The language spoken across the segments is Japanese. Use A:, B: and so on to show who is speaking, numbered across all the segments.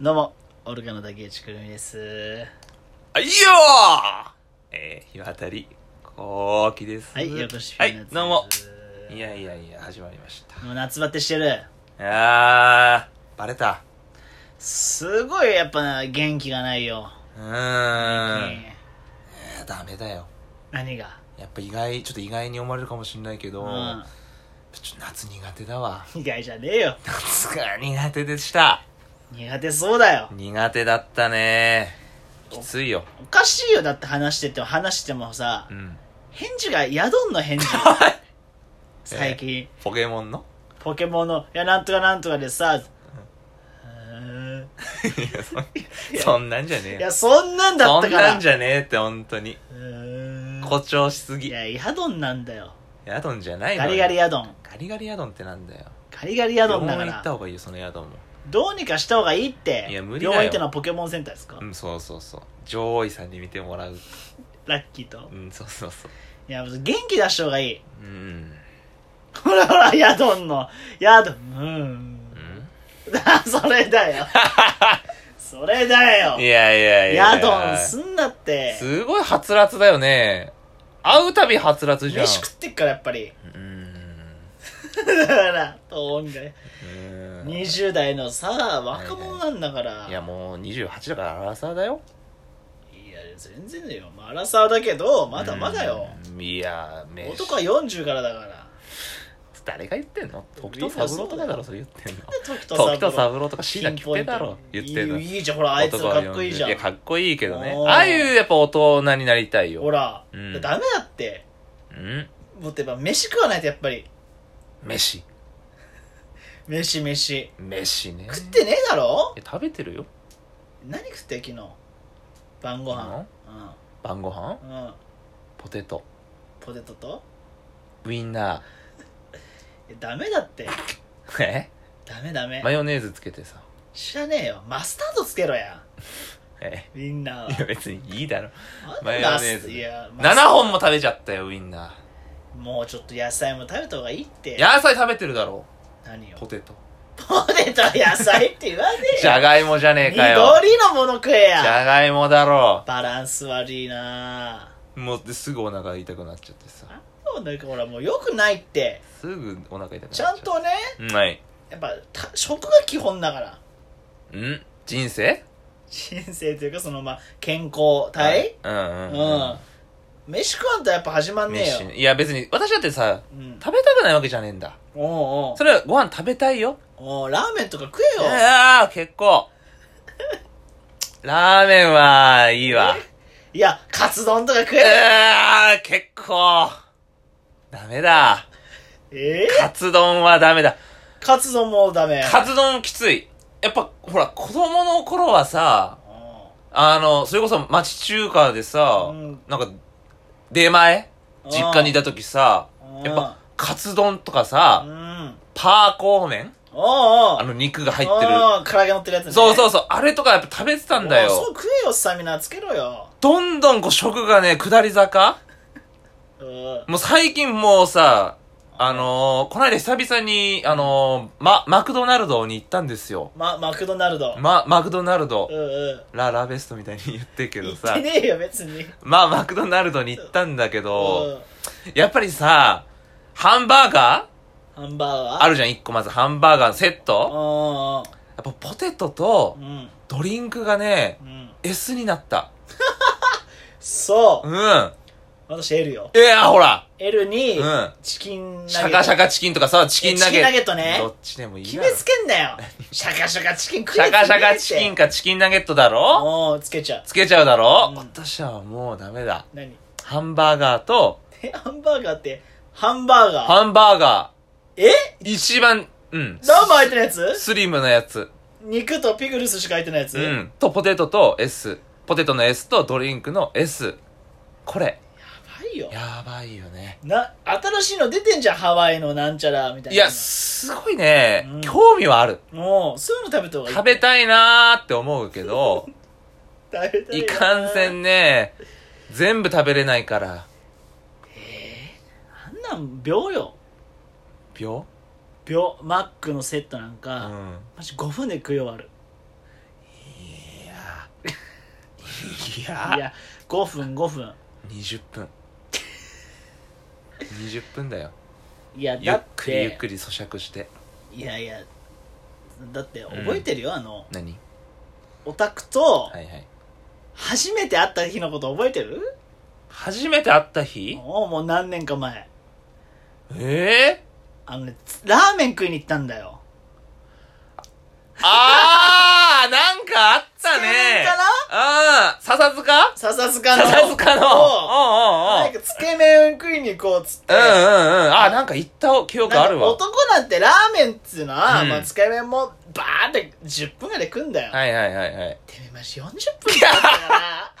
A: どうも、オルガの竹内くるみです。
B: はいよーえー、日渡り、こうきです。
A: はい、よこし
B: は
A: ピーナッツ、
B: い
A: です
B: どうも。いやいやいや、始まりました。
A: もう夏バテしてる。
B: あー、バレた。
A: すごいやっぱな元気がないよ。
B: うーん。
A: 最近
B: えーダメだよ。
A: 何が
B: やっぱ意外、ちょっと意外に思われるかもしれないけど、
A: うん
B: ちょっと夏苦手だわ。
A: 意外じゃねえよ。
B: 夏が苦手でした。
A: 苦手そうだよ。
B: 苦手だったねきついよ。
A: おかしいよ、だって話してても話してもさ
B: う、ん。
A: 返事が宿んの 返事。最近、
B: ポケモ ンの
A: ポケモンの、いや、なんとかなんとかでさ、う
B: いやそん、そんなんじゃね
A: ーんい
B: えよ。
A: や、そんなんだっ
B: そ
A: た
B: ん
A: か
B: なん
A: ら。
B: じゃねえって、本当に。
A: うーん
B: 誇張しすぎ。
A: いや、宿んなんだよ。
B: ヤドンじゃない
A: ガ
B: のよ
A: リガリ宿ん。
B: ガリガリヤドンってなんだよ
A: ガリガリ宿んだか
B: 病院行
A: ら
B: った。方がいいよそのヤドンも
A: どうにかした方がいいって。
B: いや無理だよ
A: 病院ってのはポケモンセンターですか、
B: うんそうそうそう上位さんに見てもらう
A: ラッキーと
B: う。んそうそうそう
A: いや、元気出した方がい い。
B: うん
A: ほらほら、ヤドンの、ヤドン、うん。
B: う
A: あ、それだ よ。それだよ
B: んい。やいやいや
A: ヤドンすんなって。
B: すごいはつらつだよね会うたびはつらつじゃん
A: 飯食ってっから、やっぱり。
B: うん
A: だから、トーンがね。
B: うん
A: 20代のさ、若者なんだから。
B: いやもう28だからアラサーだよ
A: いや、全然だよ。まあ、アラサーだけど、まだまだよ。
B: うんいやめ
A: 男は40からだから。
B: 誰が言ってんの時と三郎とかだろそれ言ってんの
A: で時
B: 時と
A: とさ、
B: 三郎とか椎キペだろ言ってんの
A: いいいいじゃん、ほら、あいつ
B: 男
A: か
B: は
A: っこいいじゃ
B: 40
A: ん
B: や、。かっこいいけどね
A: お。ー
B: ああいう、やっぱ大人になりたいよ。
A: ほら、
B: うん
A: ダメだって。
B: うん
A: もっとやっぱ飯食わないとやっぱり、
B: 飯。
A: 飯飯。
B: 飯ね。
A: 食ってねえだろ
B: いや食べてるよ。
A: 何食って昨日。晩ご飯。
B: 晩ご飯
A: うん。うん。
B: ポテト。
A: ポテトと
B: ウインナ
A: いやダメだって。
B: ー。 え
A: ダメダメ
B: マ。ヨネーズつけてさ。
A: 知らねえよ。マスタードつけろや。
B: え。
A: みんなはい
B: や、別にいいだろ。
A: なん
B: マヨ
A: で
B: ネー
A: マス
B: ズ
A: いや、マス
B: 7本も食べちゃったよ、ウインナ
A: もうちょっと野菜も食べた方がいいって。
B: ー。野菜食べてるだろ。
A: 何よ。
B: ポテト。
A: ポテト野菜って言わねえ
B: じ
A: よ。
B: ゃがいもじゃねえかよ。
A: 緑のもの食え
B: じ
A: や。
B: ゃがいもだろ。
A: バランス悪いな
B: もうすぐお腹痛くなっちゃってさ。
A: あなんだよほらもう良くないって。
B: すぐお腹痛くなっ
A: ち
B: ちゃ
A: ゃ。
B: うん
A: とね、
B: うん。はい。
A: やっぱた食が基本だから
B: ん人生
A: 人生というかそのまあ健康体、
B: うんうん
A: うん、飯食わんとやっぱ始まんねえよ、
B: 飯いや別に私だってさ
A: うん、
B: 食べたくないわけじゃねえんだ
A: おうおう
B: それはご飯食べたいよ
A: おうラーメンとか食えよ
B: ああ結構ラーメンはいいわ
A: いやカツ丼とか食えよ
B: ああ結構ダメだ
A: ええ
B: カツ丼はダメだ
A: カツ丼もダメ
B: カツ丼きついやっぱほら子供の頃はさあのそれこそ町中華でさ、
A: うん
B: なんか出前
A: うん
B: 実家にいた時さ
A: うん
B: やっぱカツ丼とか
A: う
B: さ
A: ん
B: パーコーメン
A: おうおう
B: あの肉が入ってる
A: おう唐揚げ乗ってるやつね
B: そうそううそう、あれとかやっぱ食べてたんだ
A: そう
B: よ。
A: 食えよスタミナつけろよ
B: どんどんこう食がね、下り坂
A: うん
B: もう最近もうさ、あのー、こないだ久々に、あのー、ま、マクドナルドに行ったんですよ。
A: ま、マクドナルド、
B: ま、マクドナルド
A: う。んうん
B: ラ・ラベストみたいに言ってるけ
A: 言
B: ど
A: っ
B: さ
A: て。ねえよ別に
B: まあ、マクドナルドに行ったんだけ
A: う
B: ど、
A: ん
B: やっぱりさ、ハンバーガ
A: ハンバーガ
B: ー
A: ー
B: あるじゃん、一個まずハンバーガーのセット。
A: あ
B: やっぱポテト
A: あ、
B: と
A: うん、
B: ドリンクがね、
A: うん。
B: S になった。
A: そう
B: う、ん。い
A: 私 L よ。
B: や、ほら。
A: L に
B: うん、
A: チキンナゲット。
B: シャカシャカチキンとかさ、チキン投
A: チキ
B: げ。
A: ンナゲットね
B: どっちでもいい
A: 決
B: だろ
A: めつけんなよ。シャカシャカチキン食
B: シャカシャカチキン
A: ン。
B: かチキンナゲットだろ
A: おうつけちゃう。
B: つけちゃうだろ、
A: うん
B: 私はもうダメだ。
A: 何
B: ハンバーガーと、
A: え、ハンバーガーって、ハンバーガー。
B: ハンバーガ
A: え
B: ー。一番、うん。
A: 何も入ってないやつ
B: スリムなやつ。
A: 肉とピクルスしか入ってないやつ
B: う。ん。と、ポテトと S。ポテトの S とドリンクの S。これ。
A: はいよ。
B: やばいよね。
A: な、新しいの出てんじゃん、ハワイのなんちゃらみたいな。
B: いや、すごいね、
A: うん
B: 興味はある。
A: もう、そういうの食べた方がいい。
B: 食べたいなーって思う けど、
A: 食べたいよ
B: い
A: な
B: かんせ。んね、全部食べれないから。
A: えー、あんなん、秒よ。
B: 秒
A: 秒。マックのセットなん
B: う
A: か、
B: ん。
A: マジ5分で食い終わる。
B: いいや
A: いや5分5分
B: 20分20分だよ
A: いや
B: ゆ
A: だ
B: っ
A: っ
B: くりゆってくり咀嚼して
A: いやいやだって覚えてるよ、あの
B: 何
A: オタクと
B: はいはい
A: 初めて会った日のこと覚えてる、
B: 初めて会った日
A: もうもう何年か前
B: ええ
A: あのねラーメン食いに行ったんだよ
B: あーなんかあった
A: つ
B: ね
A: け麺かな
B: ああ笹塚
A: 笹塚の
B: 笹塚の
A: そう
B: うんうんう
A: なんんかつけ麺食いに行こうっつって、
B: うんうんうんあなんか行った記憶ある
A: なん
B: わ
A: か男なんてラーメンっつうのは、
B: うん
A: まあ、つけ麺もバーって10分ぐらいで食うんだよ、
B: はいはいはいはい
A: てめえマジ40分経ったから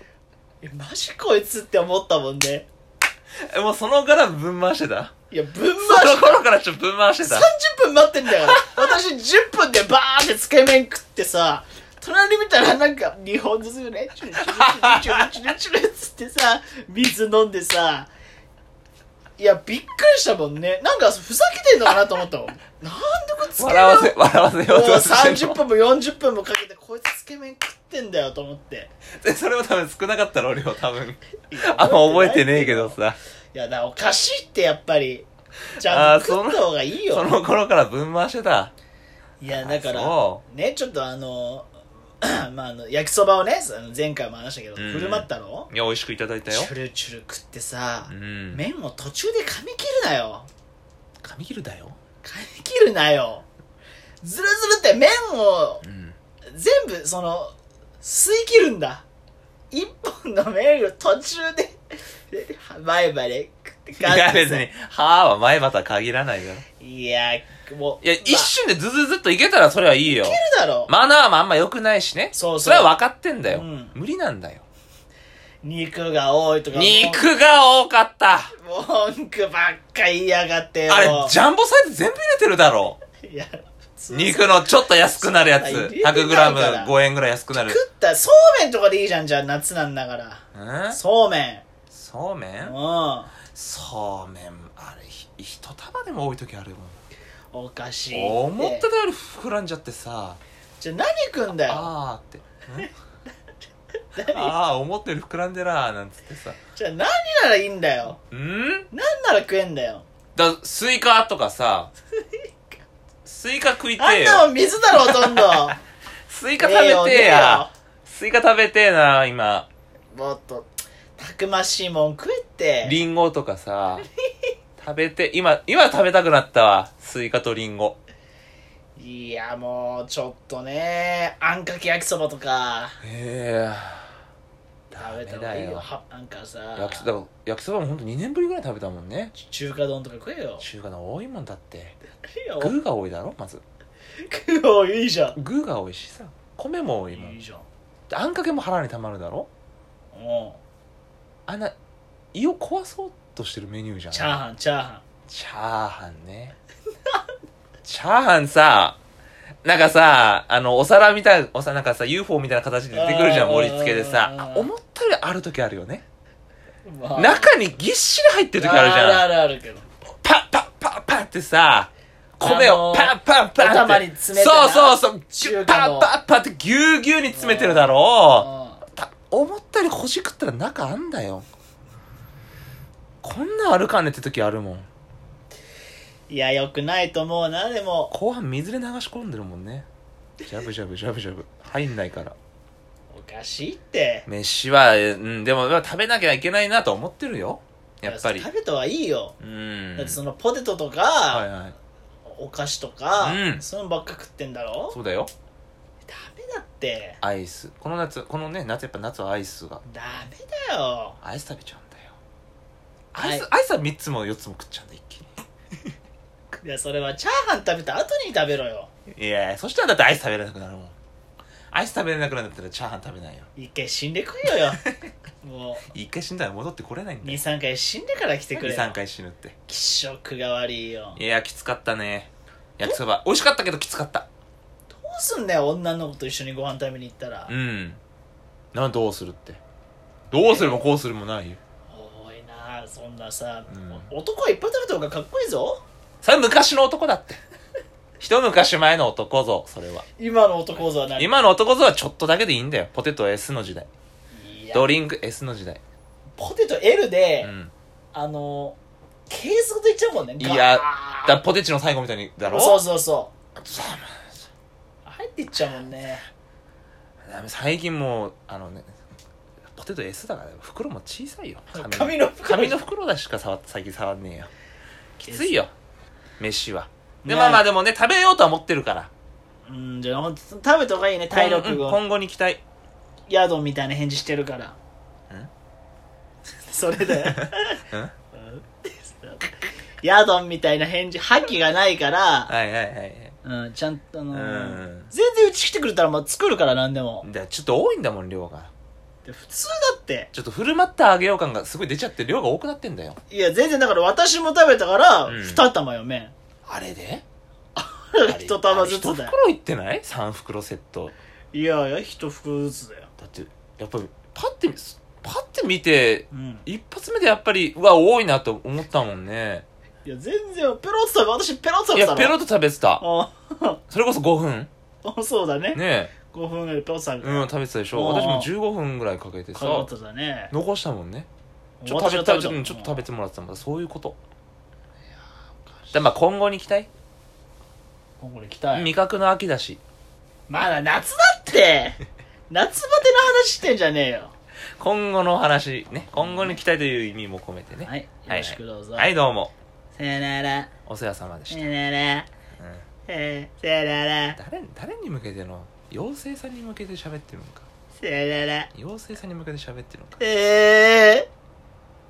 A: えマジこいつって思ったもんね
B: えもうそのからぶん回してた
A: いやぶん
B: そ
A: 回
B: の
A: し
B: 頃からちょっとぶん回してた
A: 30分待ってんだよ私10分でバーってつけ麺食ってさ隣見たらなんか2本ずつぐらいチュルチュルチュルチュルチュルチュルっつってさ水飲んでさいやびっくりしたもんねなんかふざけてんのかなと思ったもんなんでこれつけ麺
B: 笑わせ笑わせよう
A: もう
B: として
A: 30
B: る
A: 分も40分もかけてこいつつけ麺食ってんだよと思って
B: でそれも多分少なかったろ量多分
A: いや
B: あんま覚えてねえけどさ
A: いや、だからおかしいってやっぱり。じゃ
B: あ
A: あ、
B: ーそ
A: 食
B: の
A: った方がいい
B: そ
A: よ。
B: の頃からぶん回してた
A: いや、だか
B: あ
A: ら
B: そ、
A: ね、ちょっとあの、 まあ、あの焼きそばをね、あの前回も話したけど、
B: うん
A: 振る舞ったろ
B: いや美味しくいただいた
A: チ
B: よ
A: ュルチュル食ってさ
B: う、ん
A: 麺を途中で噛み切るなよ。
B: 髪切るだよ
A: 噛み切るなよ。ずるずるって麺を
B: うん
A: 全部、その、吸い切るんだ。一本の麺を途中で、 で前まで食って
B: いや
A: て
B: 別
A: さ
B: に「はあ」は前また限らないからい
A: いや、もう、
B: や
A: まあ
B: 一瞬でズズズっといけたらそれはいいよ
A: いるだろう。
B: マナーもあんま良くないしね
A: そうそう
B: れは分かってんだよ
A: うん
B: 無理なんだよ
A: 肉が多いとかもう
B: 肉が多かった
A: 文句ばっか言いやがってよ
B: あれジャンボサイズ全部入れてるだろ
A: いやそう
B: 肉のちょっと安くなるや
A: そう
B: つ
A: 入れてないから
B: 100g5 円ぐらい安くなる
A: 食ったそうめんとかでいいじゃんじゃあ夏なんだから
B: うん
A: そうめ
B: そうめ
A: んうん
B: んそうめんあれひ一束でも多い時あるもん
A: おかしいって
B: 思ってたより膨らんじゃってさ
A: じゃあ何食うんだよ
B: あ ーってんあー思ったより膨らんでらーなんつってさ
A: じゃあ何ならいいんだよ
B: うん
A: 何なら食えんだよ
B: だスイカとかさスイカ食いて
A: あん
B: え
A: な
B: よ
A: もん水だろほとんど
B: スイカ 食べてえやスイカ食べてえな今
A: えよもっとたくましいもん食えって
B: リンゴと かさ食べて今今食べたくなったわスイカとリンゴ
A: いやもうちょっとねあんかけ焼きそばとか
B: ええ
A: 食べた方がいいよはなんかさ
B: 焼きそば焼きそばもほんと2年ぶりぐらい食べたもんね
A: 中華丼とか食えよ
B: 中華の多いもんだって
A: いいよ
B: 具が多いだろまず
A: 食おういいじゃ
B: 具が多いしさ米も多いも
A: んい
B: ん
A: いじゃん
B: であんかけも腹にたまるだろ
A: お
B: あんな胃を壊そうとしてるメニューじゃん
A: チャーハンチャーハ
B: チャーハンね チャーハンさなんかさあのお皿みたいお皿なんかさ UFO みたいな形で出てくるじゃん
A: あー
B: 盛り付けでさあ
A: あー
B: 思ったよりある時あるよね
A: ン、ま
B: 中にぎっしり入ってる時あるじ
A: ある
B: ゃん
A: あるあるけど
B: パンパンパンパンってさ米をパンパンパンって、
A: お玉に詰めて
B: そう
A: な
B: そうそうぎゅ
A: 中
B: パ
A: 華
B: ン
A: の
B: パンパンってぎゅうぎゅうに詰めてるだろ
A: あ
B: うた思ったより欲しくったら中あんだよこんなんあるかねって時あるもん
A: いやよくないと思うなでも
B: 後半水で流し込んでるもんねジャブジャブジャブジャブ入んないから
A: おかしいって
B: 飯はうんでもまあ食べなきゃいけないなと思ってるよやっぱり
A: 食べたはいいよ、
B: うん
A: だってそのポテトとか、
B: はいはい
A: お菓子とか、
B: うん
A: そういうのばっか食ってんだろ
B: そうだよ
A: ダメだって
B: アイスこの夏このね夏やっぱ夏はアイスが
A: ダメだよ
B: アイス食べちゃうんだよ
A: は
B: ア
A: い
B: イス、アイスは3つも4つも食っちゃうんだ一気
A: いやそれはチャーハン食べた後に食べろよ
B: にいやそしたらだってアイス食べれなくなるもんアイス食べれなくなったらチャーハン食べないよ
A: 一回死んで食えよ よも
B: 一回死んだら戻ってこれないん
A: う
B: だよ
A: 23回死んでから来てくれよ
B: 23回死ぬって
A: 気色が悪いよ
B: いやきつかったね焼きそば美味しかったけどきつかった
A: どうすんだよ女の子と一緒にご飯食べに行ったら、
B: うんなどうするってどうするもこうするもないよ
A: おいなそんなさ、
B: う
A: 男はいっぱい食べた方がかっこいいぞ
B: それ昔の男だ って一昔前の男像それは
A: 今の男像は何
B: 今の男像はちょっとだけでいいんだよポテト S の時代
A: や
B: ドリンク S の時代。
A: ポテト L で、
B: うん。
A: あのケースごといっちゃうもんね
B: いや
A: ガ
B: だ
A: ー
B: ポテチの最後みたいに、だろ
A: そうそうそう
B: そう
A: 入っていっちゃうもんね
B: ダメ最近もう、あのね、ポテト S だから、袋も小さいよ。
A: 紙の袋
B: 紙の袋だしか触っ最近触んねえよ。きついよ、飯は。で、
A: ね
B: まあまあでもね、食べようとは思ってるから。
A: うんじゃあほんと食べた方がいいね体力
B: 今うん
A: が
B: 今後に期待。
A: 宿みたいな返事してるから
B: ん
A: それだよ
B: うん
A: 宿みたいな返事覇気がないから、
B: はいはいはいはい。
A: うん、ちゃんとあのー
B: うん
A: 全然うち来てくれたらまあ作るから何でも
B: だからちょっと多いんだもん、量が。
A: で普通だって
B: ちょっと振る舞ったあげよう感がすごい出ちゃって、量が多くなってんだよ。
A: いや全然だから私も食べたから
B: うん
A: 2玉よ麺、
B: あれで
A: 一玉ずつだ
B: 1
A: よ
B: 袋いってない ?3 袋セット。
A: いやいや一袋ずつだよ
B: だって、やっぱり、パッて見、パッて見て、
A: うん
B: 一発目でやっぱり、うわ、多いなと思ったもんね。
A: いや全然ペロッと食べ私ペロッと食
B: い
A: べた
B: や、
A: の
B: ペロッと食べてた。
A: あ
B: それこそ5分
A: そうだね
B: ね
A: 5分ぐらいでペロッと食べ
B: え。
A: た、
B: うん、食べてたでしょ。
A: うん
B: 私も15分ぐらいかけて
A: カロ
B: さ
A: ッ、トだね
B: 残したもんね。ちょっと
A: 私
B: 食べ
A: は
B: た、ちょっとちょっと食べてもらってたもん。そういうこと。だまあ今後に期待、
A: 今後に来たい
B: 味覚の秋だし。
A: まだ夏だ って夏バテの話してんじゃねえよ
B: 今後の話、ね。今後に期待という意味も込めてね。
A: はいよろしくどうぞ、
B: はい、どうも。
A: さよなら
B: お世話様でし
A: さ
B: た。
A: よなら
B: うん
A: えーさよなら
B: 誰誰に向けての妖精さんに向けて喋ってるのか
A: さよなら
B: 妖精さんに向けて喋ってるのか
A: えー